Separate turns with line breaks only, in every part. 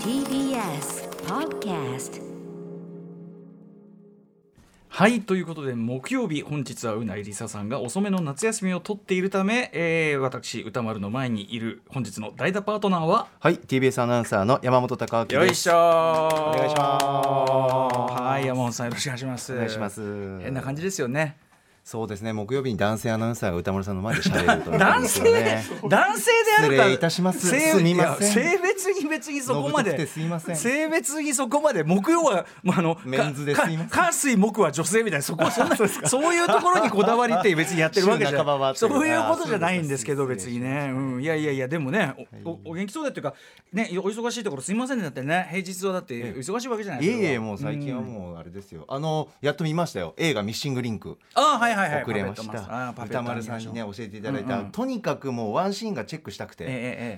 TBS Podcast
はいということで木曜日本日はうないりささんが遅めの夏休みを取っているため、えー、私歌丸の前にいる本日の代打パートナーは
はい、TBS アナウンサーの山本貴明です。
ょお
願いします
はい山本さんよろしくお願いします
お願いします。
変な感じですよね
そうですね、木曜日に男性アナウンサーが歌丸さんの前で喋るということ
男
です
性
よね。
男性であるから
失礼いたします
性
すみません
いや性別に別にそこま
のぶとく
で
てすいません
性別にそこまで木曜は、まあ、あの
メンズですいません
火水木は女性みたいなそこそんなそういうところにこだわりって別にやってるわけじ
週半ば
ゃ
はという
そういうことじゃないんですけど
あーそうで
別
す
にね、うん、いやいやいやでもねおおお元気そうだっていうか、ね、お忙しいところすいませんねだってね平日はだって忙しいわけじゃない
い
ですか
えいえ、もう最近はもうあれですよ。あの、やっと見ましたよ。映画ミッシングリンク。
あーはいはいはい
遅れまし
パペットマンあ
た
ーパペット
歌
マン
丸さんにね教えていただいた、
うんうん
とにかくもうワンシーンがチェックしたくて、
えええ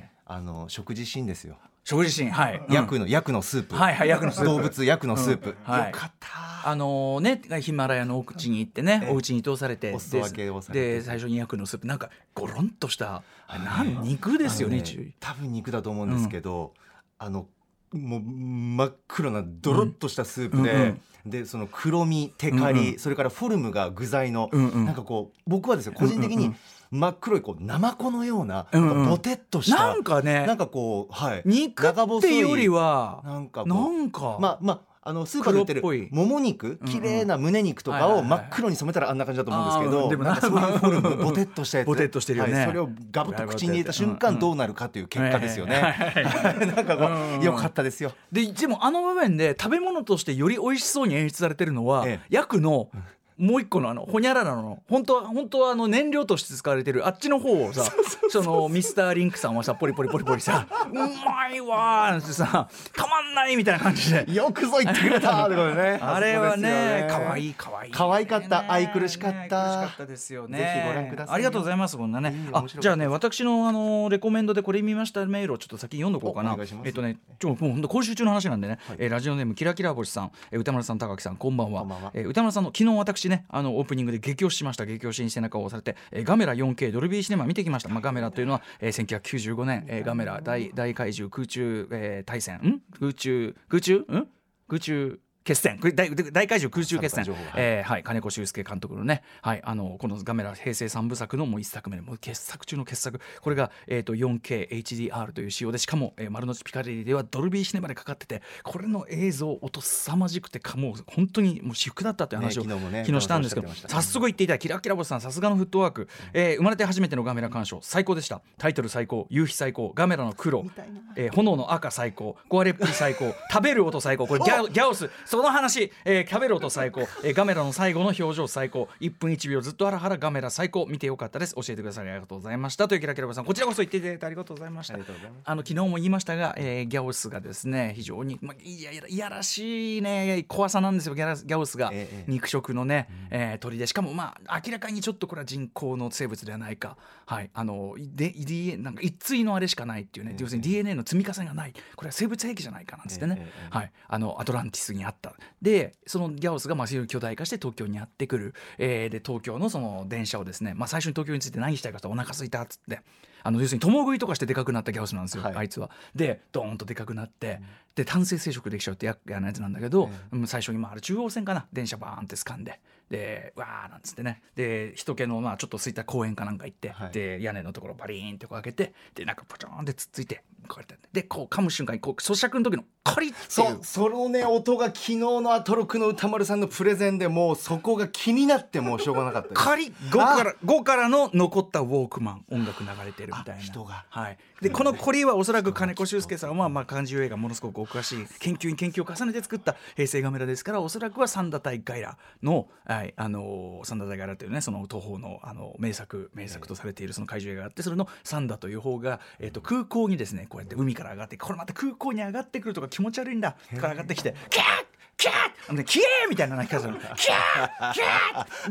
えええ
あの食事シーンですよ、
食事シーンはい、うん
ヤクのヤクのスープ、
はいはいヤクのスープ
動物ヤクのスープ、
うんはい
よかった
あのねヒマラヤの奥地に行ってね、お家に通されて
お裾分けをされて
でで最初に焼くのスープなんかゴロンとした、なん肉ですよね
あの
一応
多分肉だと思うんですけど、あのもう真っ黒なドロッとしたスープで、
うんうん
でその黒身テカリ、
うんう
それからフォルムが具材の、
うんうん
なんかこう僕はですね個人的
うんう
に真っ黒いこうナマコのような、
うんうん
なんかボテっとした
なんかね
なんかこうはい
肉
長
っ
細
て
い
よりは
なんかこう
なんか
まあまああのスーパーで売ってる
黒っぽい
もも肉綺麗な胸肉とか
はいは
を
いはい
真っ黒に染めたらあんな感じだと思うんですけ
あー
ど、
でもな
なんかそういうフォルムボテっとしたやつ
ボテッとしてるよね
はいそれをガブッと口に入れた瞬
うんう
間
ん
どうなるかという結果ですよね、
はいはいはい
なんか
うんうん
こうよかったですよ
ででもあの場面で食べ物としてより美味しそうに演出されてるのは、
ええ
ヤクのもう一個のあのほにゃららの本当は本当はあの燃料として使われてるあっちの方をさそのミスターリンクさんはさポリポリポリポリさ「うまいわ」なんてさ「たまんない」みたいな感じで
よくぞ言ってく れたってことでね
あれはね、可愛
い
い可愛い。
可愛かった愛くるしかった
ね愛くるしかったですよね。
ぜひご覧ください
ありがとうございます。こんなね
いい。よ
あ
面白かっ、た
じゃあね、私のあのレコメンドでこれ見ましたメールをちょっと先に読んどこうかな
おお願いしま。す
えっとね、ちょもう本当今週中の話なんでね。えーラジオネームキラキラ星さん、えー歌丸さん、高木さん、こんばんは
こんばんは。
えー歌丸さんの昨日私ね、あのオープニングで激推ししました。激推しに背中を押されて、えーガメラ 4K ドルビーシネマ見てきました。まあガメラというのはえー1995年えーガメラ大大怪獣空中えー対戦、ん？空中空中？ん？空中決戦大大大怪獣空中決戦
サッカー情報、が
えーはい、金子修介監督のね、はい、あのこのガメラ平成三部作のもう一作目でもう傑作中の傑作これが、えー、と 4KHDR という仕様でしかも、えー丸の内ピカデリーではドルビーシネマでかかっててこれの映像音凄まじくてかもう本当にもう至福だったという話を、
ね昨日もね
昨日したんですけど
おっしゃってました
早速言っていたキラキラボスさんさすがのフットワーク、えー生まれて初めてのガメラ鑑賞最高でしたタイトル最高夕日最高ガメラの黒、えー炎の赤最高壊れっぷり最高食べる音最高これギャギャオスその話、えー食べる音最高、えーガメラの最後の表情最高1分1秒ずっとハラハラガメラ最高見てよかったです教えてくださいありがとうございましたというキラキラボスさんこちらこそ言っていただいてありがとうございました
ありがとうございます
あの昨日も言いましたが、えーギャオスがですね非常に、まあ、いやいやいやらしいね怖さなんですよギャラギャオスが、
ええ
肉食のね、えー鳥でしかもまあ明らかにちょっとこれは人工の生物ではないかはいあので DNA なんか一対のあれしかないっていうね、要するに DNA の積み重ねがないこれは生物兵器じゃないかなんつってね、
ええええ
はいあのアトランティスにあったでそのギャオスがまあ非常に巨大化して東京にやってくる、えーで東京のその電車をですねまあ最初に東京について何したいかとお腹空いたっつってあの要するに共食いとかしてでかくなったギャオスなんですよ、
はい
あいつは。でドーンとでかくなって、で単性生殖できちゃうってややなやつなんだけど、うん最初にまああれ中央線かな電車バーンって掴んで。でわーなんつってねで人気のまあちょっと空いた公園かなんか行って、
はい
で屋根のところバリーンってこう開けてでなんかポチョーンってつっついてこうやってでこう噛む瞬間にこう咀嚼の時のカリッって
そ
いう
うそのね音が昨日のアトロクの歌丸さんのプレゼンでもうそこが気になってもうしょうがなかったです
カリ5から5からの残ったウォークマン音楽流れてるみたいな
あ人が
はい、でこのコリはおそらく金子修介さんはまあ漢字映画ものすごくお詳しい研究に研究を重ねて作った平成ガメラですからおそらくは三田対ガイラの、はい、あのー三田対ガイラというねその東宝のあの名作名作とされているその怪獣映画があってそれの三田という方が、えっと空港にですねこうやって海から上がってこれまた空港に上がってくるとか気持ち悪いんだから上がってきてキャーキャーあのね、キエーみたいな鳴き方するのキャーキャー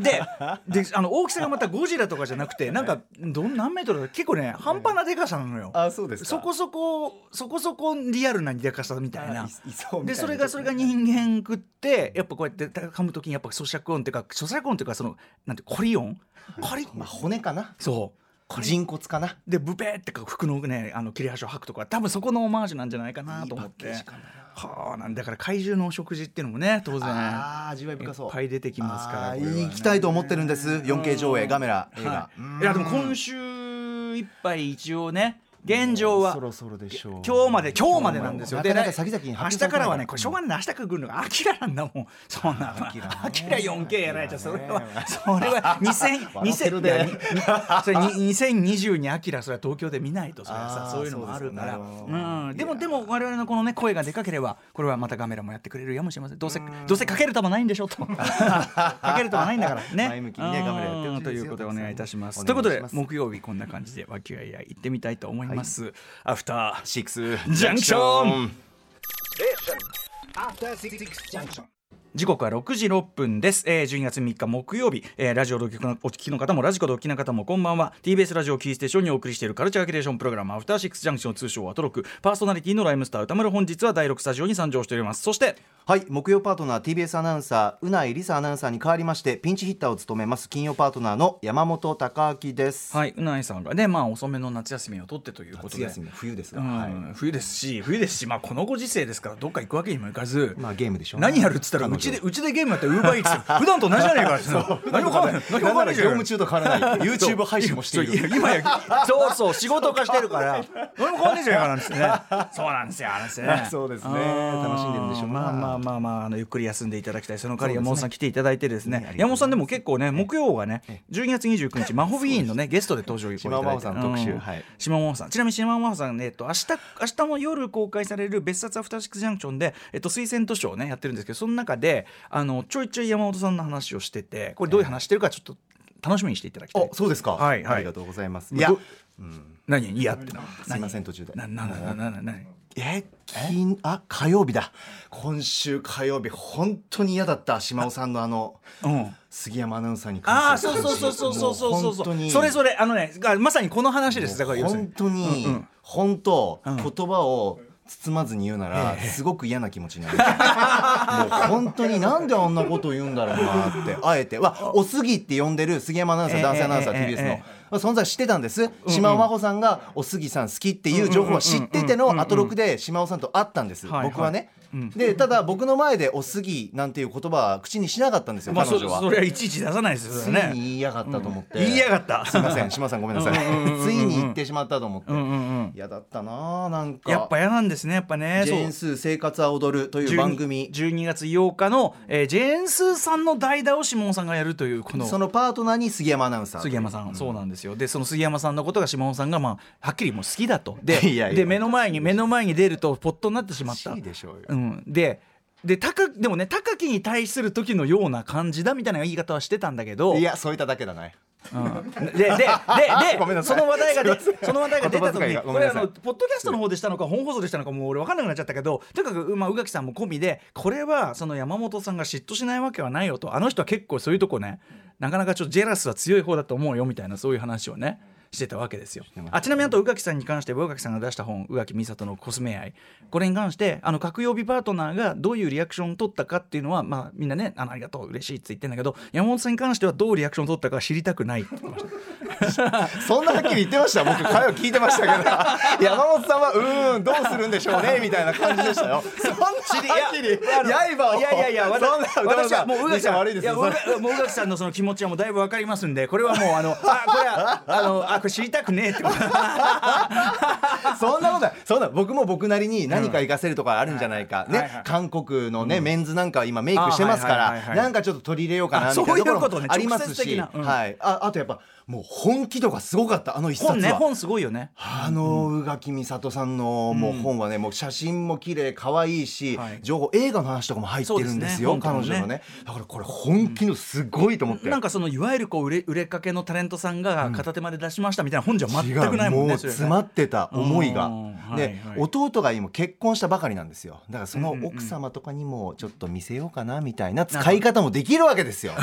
でであの大きさがまたゴジラとかじゃなくてなんかどん何メートルだ結構ね半端なでかさなのよ。
あそうですか
そこそこそこそこリアルなでかさみたい
あ。
ない
いそうみた
で
いな
それがそれが人間食ってやっぱこうやって噛む時にやっぱ咀嚼音っていうか咀嚼音っていうかそのなんてコリ音コリ
まあ骨かな
そう
人骨かな
でブペーってか服のねあの切れ端を吐くとか多分そこのオマージュなんじゃないかなと思って
いいパッケージかな
はあなんだから怪獣のお食事っていうのもね当然
あー味わい深そう
っぱい出てきますから
あー
これはね
行きたいと思ってるんです 4K 上映ガメラ映画
は
うん
い、いやでも今週いっぱい一応ね現状は
そろそろでしょう
今日まで今日までなんですよ。
なかな
で
か先々に
明
発表
日
され
か
ない
らはね、これしょうがないな明日から来るのがアキラなんだもん。 そんな
アキラね
アキラ 4K やられちゃうそれ は
ア
それ は2000
笑ってる
2000い
ね
やににそれに2020にアキラそれは東京で見ないとそれはさ
あー
そういうのもあるから。
そうですよね
うんでもでも我々のこのね声がでかければこれはまたガメラもやってくれるやもしれません。どうせどうせかける球ないんでしょと かける球ないんだからね。
前向きにねガメラやってほしいですよ
ということでお願いいたします。
お
という
願いし
こ
ます
とで木曜日こんな感じで和気あいあい行ってみたいと思います。アフター。
シックス
ジャンクション時刻は6時6分です、えー、12月3日木曜日、えー、ラジオでお聞きのお聞きの方もラジコでお聞きの方もこんばんは TBS ラジオキーステーションにお送りしているカルチャーキュレーションプログラム「アフターシックスジャンクション」通称はトロクパーソナリティのライムスター歌丸本日は第6スタジオに参上しておりますそして
はい木曜パートナー TBS アナウンサーうないりさアナウンサーに代わりましてピンチヒッターを務めます金曜パートナーの山本貴明です
はいうないさんがねまあ遅めの夏休みを取ってということ
夏
で
休み冬です
う
がはい
ん冬ですし冬ですしまあこのご時世ですからどっか行くわけにもいかず
まあゲームでしょうね
何やるっつったら
彼
う
女
ちでうちでゲームやってウーバーイーツ 普段と同じじゃねえか何も変わらない何も変わらないじゃん
と変わらない YouTube
そう今やそうそう仕事化してるから何も変わんねえじゃないかなんですねそうなんですよあれですね
そうですね
あー
楽しんでるんでしょうな
まあまあまあまああのゆっくり休んでいただきたいその代わり
そ
山
うですね
本さん来ていただいてです
ねあ
ね
りがとうございます
山本さんでも結構ね木曜はね12月29日マホビーンのねゲストで登場いただいて
島真帆さんの特集
う
はい
島真帆さんちなみに島真帆さんねえっと明日明日の夜公開される別冊アフターシックスジャンクションでえっと推薦図書をねやってるんですけどその中であのちょいちょい山本さんの話をしててこれどういう話してるかちょっと楽しみにしていただきたい
あそうですか
はいはい
ありがとうございます
い
い
や
や
何いやってな
すいません途中で
なななななな
え金あ火曜日だ今週火曜日本当に嫌だった島尾さんのあの
うん
杉山アナウンサーに
ああ
関す
そ
る
うそうそうそうそうそうそうそ
もう本当に
うそれそれあのねがまさにこの話ですだから要する
本
に
当に、本当、
ん
言葉を包まずに言うなら、すごく嫌な気持ちになる もう本当になんであんなこと言うんだろうなってあえてわおすぎって呼んでる杉山アナウンサー、
ええ
男性アナウンサー、
ええ
TBS
え
の
え、
まあ存在してたんです、島尾真帆さんがおすぎさん好きっていう情報は知っててのアトロクで島尾さんと会ったんです、
はいはい
僕はね、でただ僕の前でおすぎなんていう言葉は口にしなかったんですよ、
まあそ
彼女は
それはいちいち出さないですよ
つい
そ
に
れは
言
ね
いやがったと思って、
言いやがった
すいません島さんごめんなさいついに言ってしまったと思って
うんうん
嫌だったなあなんか
やっぱ嫌なんですねやっぱね
ジェーン
そう
スー生活は踊るという番組
12 12月8日の、えージェーンスーさんの代打をシモンさんがやるというこの
そのパートナーに杉山アナウンサー
杉山さん、そうなんですよでその杉山さんのことが島尾さんが、まあ、はっきりもう好きだとで
いやいや
で目の前に目の前に出るとポットになってしまった
おかしいでしょうよ
ん、でで高でもね高木に対する時のような感じだみたいな言い方はしてたんだけど
いやそういっただけだね
うんでででで
ごめんな
そ
さい
の話題が出その話題が出た
言
時
葉遣い
に
がご
こ
め
れ
んな
あ
さい
のポッドキャストの方でしたのか本放送でしたのかもう俺分かんなくなっちゃったけどとにかくまあ宇垣さんも込みでこれはその山本さんが嫉妬しないわけはないよとあの人は結構そういうとこねなかなかちょっとジェラスは強い方だと思うよみたいなそういう話をね。してたわけですよあちなみにあと宇垣さんに関しては宇垣さんが出した本「宇垣美里のコスメ愛」これに関してあの各曜日パートナーがどういうリアクションを取ったかっていうのは、まあ、みんなねあのありがとう嬉しいって言ってんだけど山本さんに関してはどうリアクションを取ったか知りたくないって言ってました
そんなはっきり言ってました僕会話聞いてましたけど山本さんはうーんどうするんでしょうねみたいな感じでしたよそんなはっきり刃を
いやいやいや、わた
そんな
私はもう宇垣さん、
悪いです
や
よ
宇垣もう宇垣さんのその気持ちはもうだいぶわかりますんで、これはもうあの、あ、これは、あの、あ、これ知りたくねえってこと。
そんなことない。そんな、僕も僕なりに何か活かせるとかあるんじゃないか。
はいは
ね
い。
韓国のね、メンズなんかは今メイクしてますか
あはいはいはいは
ら、
い
なんかちょっと取り入れようかな、
あ
みたいな
そういう
と
こ
ことろ
ね
もあります
直接的
し。
なうん
はい。あ、あとやっぱ、もう本気度がすごかった、あの一冊は。
本ね、本すごいよね。
あの宇垣美里さんのもう本はね、もう写真も綺麗可愛いし、
はい
情報映画の話とかも入ってるんです
そ
よ
うですね
彼女のねだからこれ本気のすごいと思って、
なんかそのいわゆるこう売れ売れかけのタレントさんが片手まで出しましたみたいな本じゃ全
違
くないうもん
も
ね。
う
それね
詰まってた思いが
うんはい
で
はい
弟が今結婚したばかりなんですよだからその
うんうんうん
奥様とかにもちょっと見せようかなみたいな使い方もできるわけですよ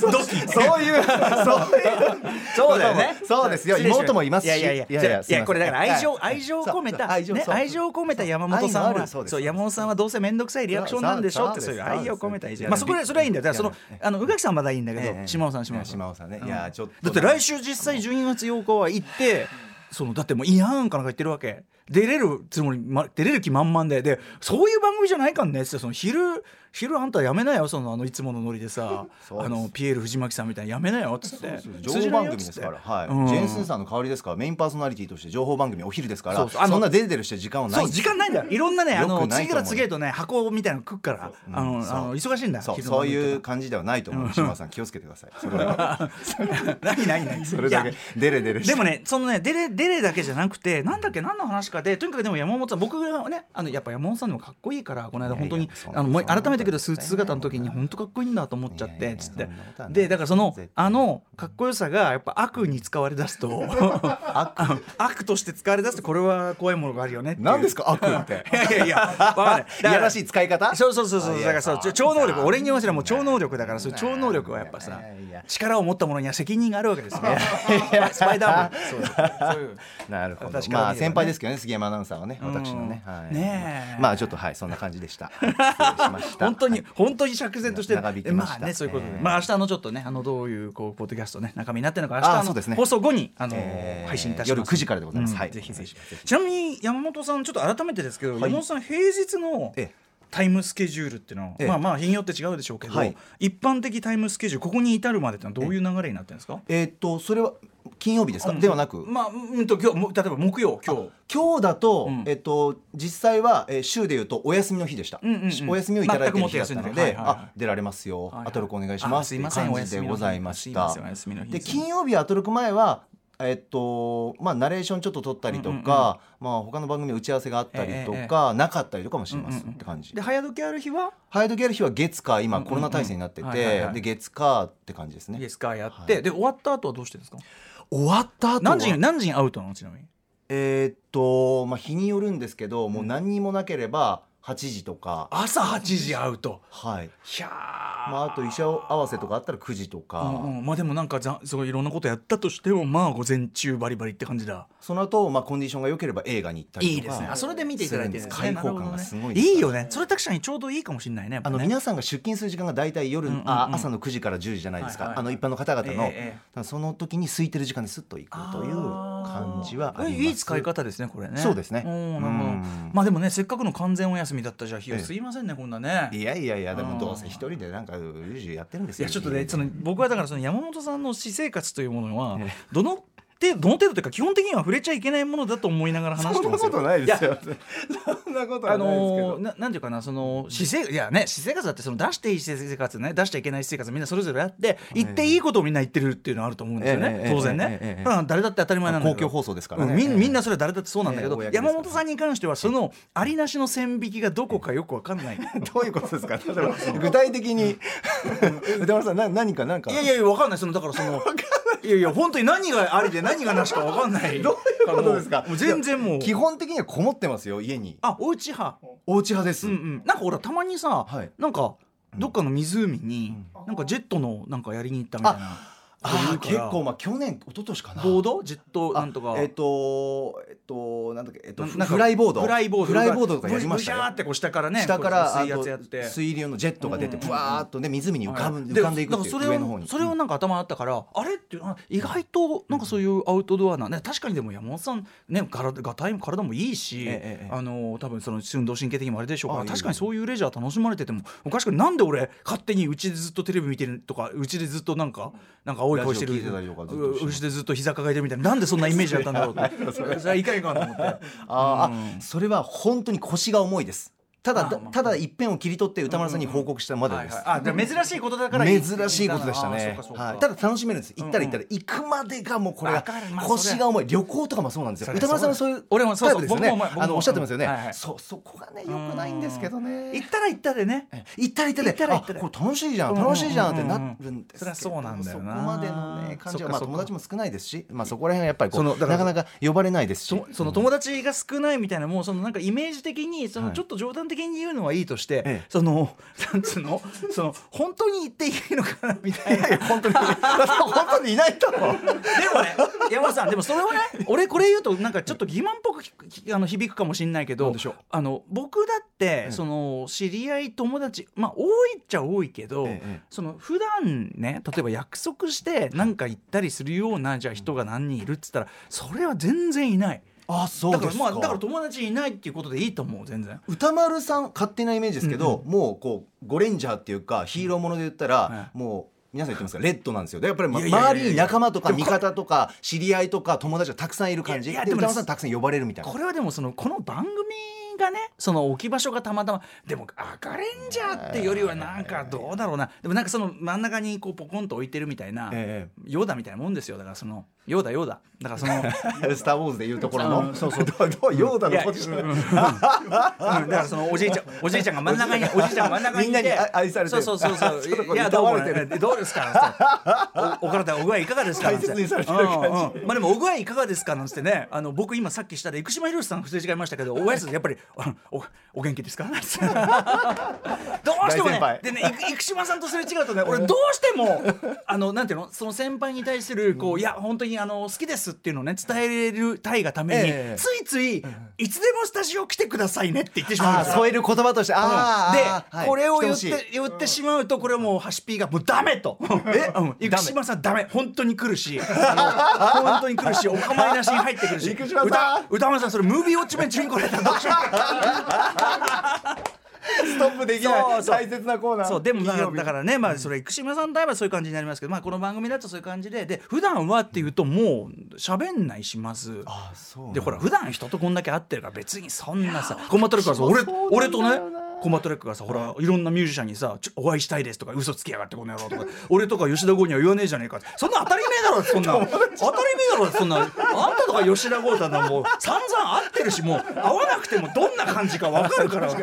ドキ。
そういうそういう
そうだよね。
そうですよ
失礼しました
妹もいますし
いやいやいや、
いやいや
じゃあ
すいません
これだから愛情、
はい
愛情を込めた、
そう愛情
ね、
そう
愛情を込めた山本さん
愛のあ
は、
るそ
そうう
です
山本さんはどうせ面倒くさいリアクションなんでしょって、そ
そう
い
う
う
ですそうです
愛情を込めたいじゃん
そう
ま
で
あそこで
す
それはいいんだよ。だからその
いやいや
あの宇垣さんはまだいいんだけ
え
ど、
え
島尾さん、島尾
い
さん。
や島尾さんね
うん
いやちょっとね
だってって来週実際12月8日は行ってそのだってもうイヤーンかなんか言ってるわけ出れるつもり、ま、出れる気満々ででそういう番組じゃないかんねっつってその昼昼あんたやめなよそのあのいつものノリでさ
そうで
あ
す
のピエール藤巻さんみたいにやめなよっつって
情報番組ですから、はい
うん
ジェーンスーさんの代わりですからメインパーソナリティとして情報番組お昼ですから
そ
そう
そうあの
んな出てる人時間はない
そう時間ないんだよいろんなねあ
よ
の
くない
次か
と思う
ら次へとね箱みたいなの食っからあの
そう
あの忙しいんだ
そう
昼の
そ
番
う
組
い
と
う
か
感じではないと思う島田さん気をつけてくださいそれだ
何何何
けそれだ
い
け
や
デレデレして
でもね、そのね、デレデレだけじゃなくて、なんだっけ、何の話かで、とにかくでも山本さん、僕がね、あのやっぱ山本さんでもかっこいいから、この間、本当
い
に
やいやそん、な
あのもう
そんなこと
改めてけど、スーツ姿の時に、本当かっこいいんだと思っちゃっ
いやい
て、
や
つって
そんなことは。ない
で、だからその
絶、対
あの、かっこよさが、やっぱ悪に使われ出す と、悪 悪として使われ出すと、これは怖いものがあるよねっていう。
何ですか悪って
いやいやいや、わかんない
いやらしい使い方
そうそうそうそう
あい
だ
や
からそう
そう
超能力俺に言わせればもう超能力だからそういう超能力はやっぱ
い
さ
やいやいや
力を持った者には責任があるわけです ね スパイダーマンそうだそういう
なるほど
私から見ればね
まあ先輩ですけどね杉山アナウンサーはね私のね,、
うん
はい、
ねえ
まあちょっとはいそんな感じ でしたはい失礼しまし た
本当に本当に釈然として
長引きました
あねそういうことで
ええ
まあ明日のちょっとねあのどういうこうポッドキャストね中身になってるのか
あ
明日
あそ
の
うですね
放送後にあの
ええ
配信いたします
夜9時からでございますはい
ぜひぜひ
お願いしま
ちなみに山本さんちょっと改めてですけど
い
山本さん平日の
ええ
タイムスケジュールっていうのは
ええ
まあまあ日によって違うでしょうけど
はい
一般的タイムスケジュールここに至るまでってのはどういう流れになってるんですか
えーっとそれは金曜日ですか、ではなく、
まあ、うんと今日も例えば木曜今日。
今日だと、
うん
えっと、実際は、えー週でいうとお休みの日でした、
うんうんうん
お休みをいただいてる日だった
全
の
くもって休
で、
んでるはいはいはい
あ出られますよ、
はいはい
アトロクお願いし
あ
ますす
い
ってい
ま
う
せん
感じでございました
お休みの日
です
いませんお休みの日
金曜日アトロク前はえっとまあ、ナレーションちょっと取ったりとか、まあ、他の番組の打ち合わせがあったりと
えええ
か、なかったりとかもしますって感じ、
で早時ある日は
ハイドギャル日は月火今コロナ体制になって
うんうんうんはいはいは
て
い
で月火って感じですね
イエスカーやって、で終わった後はどうしてるんですか
終わった後は
何時に何時にアウトなのちなみに
えーっと、まあ、日によるんですけどもう何にもなければ8時とか、
朝8時アウト
はい
いやー
まあ、あと医者合わせとかあったら9時とか、
うんうん、まあでもなんかざすごいいろんなことやったとしてもまあ午前中バリバリって感じだ
その後、まあコンディションが良ければ映画に行ったりとか
いいですねあそれで見ていただいてるんですね
開放感がすごいです
い
から
いよねそれ確かにちょうどいいかもしれないね
あの皆さんが出勤する時間が大体夜、
うんうんうん
あ朝の9時から10時じゃないですか、
はいはい
あの一般の方々の、
ええええ
ただその時に空いてる時間ですっと行くという感じはあります
これいい使い方ですねこれね
そうですね
おーなるほど
うん
まあでもねせっかくの完全お休みだったじゃあ日
え
を
え
すいませんねこんなね
いやいやいやでもどうせ一人でなんかゆうじゅうやってるんです
い
よ
やちょっとねその僕はだからその山本さんの私生活というものは
ええ
どの程度どの程度というか基本的には触れちゃいけないものだと思いながら話してますよ
ない
です
よ。そんなこと
あのーななんていうかなその私生いやね私生活だってその出していい私生活ね出しちゃいけない私生活みんなそれぞれあって言っていいことをみんな言ってるっていうのはあると思うんですよね、
ええええ
当然
えええ
ね
え、ええ
だから誰だって当たり前なんだけ
公
ど
共放送ですから
う
ね。
んみんみんなそれは誰だってそうなんだけど、
ええ公ですから
山本さんに関してはそのありなしの線引きがどこかよくわかんない。
どういうことですか。例えば具体的に歌丸さんな何か何か
いやいやいやわかんないそのだから そのいやいや本当に何がありで何がなしかわかん ない。どういう
ことですか
もう全然もう
基本的にはこもってますよ家に。
あおうち派。
お家派です
うんう。ん。なんか俺はたまにさ、
はい
なんかどっかの湖に、なんかジェットのなんかやりに行ったみたいな。
あー
言う
結
から
構まあ去年一昨年かな。
ボードジェットなんとか。
えっとえっとなんだっけえっと
なんか
フライボード
フライボード
フライボードとかやりまし
ブシャー
た
っ
よ。
てこう下からね
下から
こう水
あの
圧やって
水流のジェットが出てブワーっとね水に浮かぶ
はい
浮かんでいくってい
だから
う
それ
上
を
の方に。
それをなんか頭にあったから、あれってあ意外となんかそういうアウトドアなね確かにでも山本さんね体が体も体もいいし、
ええええ
あの多分その運動神経的にもあれでしょうから
あいえいえ
確かにそういうレジャー楽しまれててもおかしくないなんで俺勝手にうちでずっとテレビ見てるとかうちでずっとなんかなんか青い声してる
ラジオ聞いてたりとかずっとして
ううちでずっと膝抱えてるみたいななんでそんなイメージだったんだ ろうってそれはいかんいかんと思って。
あーあそれは本当に腰が重いですただ
あーまあ
ただ一辺を切り取って歌丸さんに報告したまでです、
はいはいあじゃあ珍しいことだから
珍しいことでしたね
あそうかそうか
はい、ただ楽しめるんです行ったら行ったら行くまでがもうこれ
わ
が
かるまあ
腰が重い旅行とかもそうなんですよ歌丸さんはそういう
俺もそう
タイ
そう
プですよね
僕も僕も
あのおっしゃってますよね、
はいはい
そうそこがね良くないんですけどね
行ったら行ったでね
行ったら行ったで
行ったら行ったで
あこれ楽しいじゃ
うんんうんうんうん
楽しいじゃんってなるんで
そ
すけど
りゃそうなんだよな
そこまでのね感じは、ま
そっかそっか
あ、友達も少ないですし、まあ、そこら辺はやっぱりこう
そのだから
なかなか呼ばれないですし
とその友達が少ないみたいなもうそのなんかイメージ的にその
はい
ちょっと冗談的的に言うのはいいとして、
ええ
そのなんつうのその本当に言っていいのかなみたいな。でも
本当に 本当にいないと思う
ね山本さんでもそれはね俺これ言うとなんかちょっと欺瞞っぽくひひあの響くかもしれないけど
なんでしょう
あの僕だって、
え
その知り合い友達まあ多いっちゃ多いけど、
ええ
その普段ね例えば約束してなんか行ったりするようなじゃあ人が何人いるっつったらそれは全然いない。
あそ
だ
う
か
で
ら
す
ま
か
あだから友達いないっていうことでいいと思う全然。
歌丸さん勝手なイメージですけど、もうこうゴレンジャーっていうかヒーローもので言ったら、もう皆さん言ってますからレッドなんですよでやっぱり、ま
いやいやいやいや
周りに仲間とか
でも
味
こ
方とか知り合いとか友達がたくさんいる感じ
いやいや
で
でも
歌
ね
丸さんたくさん呼ばれるみたいな
これはでもそのこの番組がねその置き場所がたまたまでも赤レンジャーってよりはなんかどうだろうなでもなんかその真ん中にこうポコンと置いてるみたいな、
え
ヨーダみたいなもんですよだからそのヨーダヨーダだからその。
スター・ウォーズでいうところ
うん
の
そう
そう どうヨーダのポジション
いやうんうんだからそのおじいちゃんおじいちゃんが真ん 中におじいちゃんが真ん中にいて
みんなに愛愛されてる
そうそうそう
ちょ
そ
っと
う
こ
い
れ
やどうも
疑われて
どうですかなんつっておお体お具合いかがですか
大切にされてる
なん
感
つ
じ
ってうんうんまあでもお具合いかがですかなんつってねあの僕今さっきしたで生島ひろしさん不正違いましたけどおやつやっぱりあおお元気ですかなんつって どうしても
大先輩
ねでねい生島さんとすれ違うとね俺どうしてもあのなんていうのその先輩に対するこういや本当にあの好きですっていうのをね伝えるたいがために、
ええ
ついつい、いつでもスタジオ来てくださいねって言ってしまうんで
あー
すよ
添える言葉としてあ
で、
ーあーはい
これを言っ
来ほしてい
言ってしまうとこれはもうハシピーがもうダメとえ、うん、生島さんダメ本当に来る しあの本当に来るしお構いなしに入ってくるし
生島さん
歌歌丸さんそれムービーウォッチメンチュンコレーターどうしよう
ストップでき
そ
な
う
い
そう
大切なコーナー
そうでもだ
金
から
曜日
だからね、まあ、それ生島さんといえばそういう感じになりますけど、まあ、この番組だとそういう感じでで普段はっていうともう喋んないします。
あそう
でほら普段人とこんだけ会ってるから別にそんなさコマトレックがさ俺俺とねコマトレックがさほらいろんなミュージシャンにさちょお会いしたいですとか嘘つきやがってこの野郎とか 俺とか吉田剛には言わねえじゃねえかってそんな当たり前だろ そんな当たり前だろそんなあんたとか吉田剛だなもう散々会ってるしもう会わなくてもどんな感じか分かる からそ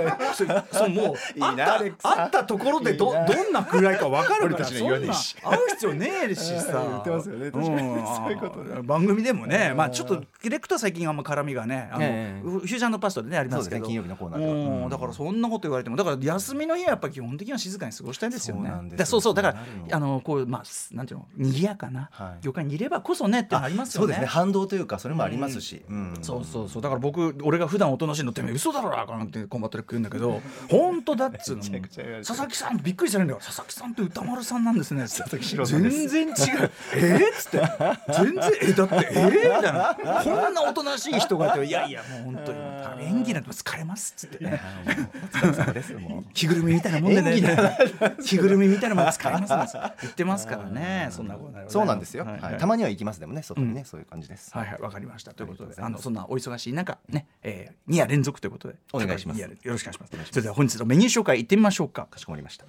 そうもう
いいな
会った
アレックス
会ったところでど
いいな
どんなくらいか分かるから
俺たちに
そ
は
ん
言
な
わ
会
ね
う
えし
必要ねえしさ
言ってますよね確か
う
に
ん
そういうことね
番組でもね、まあ、ちょっとディレクター最近あんま絡みがねあの、
ええ
フュージャンのパストでねありますけど
そうですね金曜日のコーナーでは
うん
うん
だからそんなこと言われてもだから休みの日はやっぱ基本的には静かに過ごしたいんですよね
そうなん
だから
ですよ
そうそうだか
なる
ら
の
あのこうまあすなんていうの賑やかな、
はい
業界にいればこそねってのあります
そ
よ
うで
ね
すね反動というかそれもありますしうん
そうそうそうだから僕俺が普段おとなしいのってめえ嘘だろあかんってコンバットレック言うんだけど本当だっつうのも
めちゃくちゃ言われてる
佐々木さんびっくりされるんだよ佐々木さんって歌丸さんなんですね佐々
木史郎さんです
全然違うえーっつって全然えだってえーみたいなこんなおとなしい人がいていやいやもう本当に演技なんて疲れますっつってね
そうですもう
着ぐるみみたいなもんでね着ぐるみみたいなもん使いますなんて言ってますからねそんなことない
そうなんですよ、はい
はい
たまには行きますでもね外にね、そういう感じです、
はいはい、わかりました。ということで、あ
ありが
の
と
そんなお忙しい中ね、えー、2夜連続ということで、
お願いします
高二夜よろしくお願いします。それでは本日のメニュー紹介いってみましょうか。
かしこまりました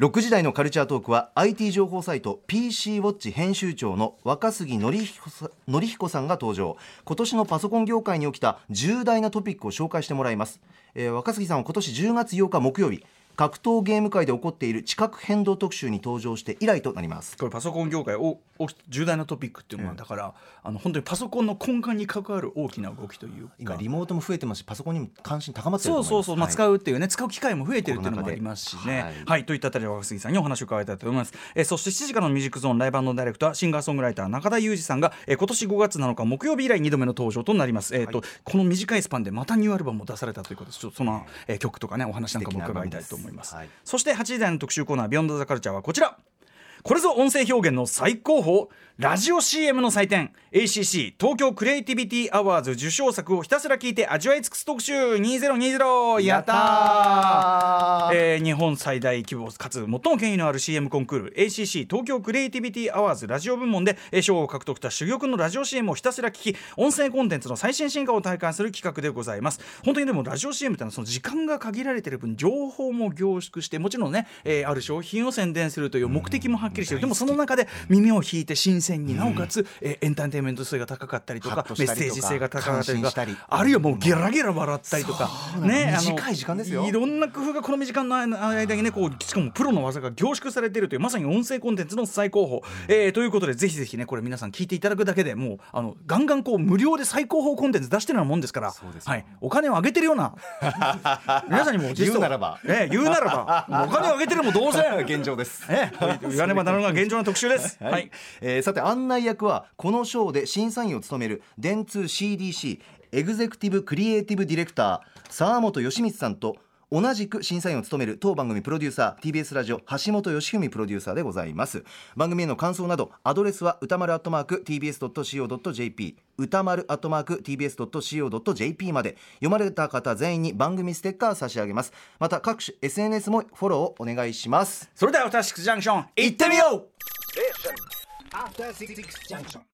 6時台のカルチャートークは IT 情報サイト PC ウォッチ編集長の若杉則彦さ則彦さんが登場今年のパソコン業界に起きた重大なトピックを紹介してもらいます、えー若杉さんは今年10月8日木曜日格闘ゲーム界で起こっている地殻変動特集に登場して以来となります
これパソコン業界をお重大なトピックっていうのは、だからあの本当にパソコンの根幹に関わる大きな動きというか。
今リモートも増えてますしパソコンにも関心高まってると
そう
思います
そうそう、まあ、
はい
使うっていうね、使う機会も増えてるっていうのも
コロナ禍
あ
で
りますしね。は
はいい、
といったあたりは若杉さんにお話を伺いたいと思います。えーそして7時からのミュージックゾーンライブダイレクトはシンガーソングライター中田裕二さんが、えー今年5月7日木曜日以来2度目の登場となります。えっ、と、この短いスパンでまたニューアルバムも出されたということです。ちょっとその、えー曲とかね、お話なんかも伺いたいと思います。
素敵なアルバムですはい
そして8時台の特集コーナービヨンドザカルチャーはこちら。これぞ音声表現の最高峰ラジオ CM の祭典 ACC 東京クリエイティビティアワーズ受賞作をひたすら聞いて味わい尽くす特集2020やったー
ー
えー日本最大規模かつ最も権威のある CM コンクール ACC 東京クリエイティビティアワーズラジオ部門でえー賞を獲得した珠玉のラジオ CM をひたすら聞き音声コンテンツの最新進化を体感する企画でございます本当にでもラジオ CM ってのはその時間が限られてる分情報も凝縮してもちろんね、えーある商品を宣伝するという目的もはっきりしてるでもその中で耳を引いて新鮮線になおかつ、えーエンターテインメント性が高かったりと
ハ
か
ッとし
メッ
たりとか
セージ性が高かったりと
感心したり
かあるいはもうゲラゲラ笑ったりとか
そう
ねあの
短い時間ですよ
いろんな工夫がこの短い間の間にねこうしかもプロの技が凝縮されているというまさに音声コンテンツの最高峰、えーということでぜひぜひねこれ皆さん聞いていただくだけでもうあのガンガンこう無料で最高峰コンテンツ出してるようなもんですから
そうですよ
はい、お金をあげてるよう な皆さんにも
言うならば
ええ言うならばもうお金をあげてるも同然
現状です
ええ言わねばならぬのが現状の特集です。
は
はいい、
えーさて案内役はこのショーで審査員を務める電通 CDC エグゼクティブ・クリエイティブ・ディレクター沢本義光さんと同じく審査員を務める当番組プロデューサー TBS ラジオ橋本義文プロデューサーでございます番組への感想などアドレスは歌丸アットマーク TBS.CO.JP 歌丸アットマーク TBS.CO.JP まで読まれた方全員に番組ステッカー差し上げますまた各種 SNS もフォローをお願いします
それではアフターシックスジャンクション行ってみよう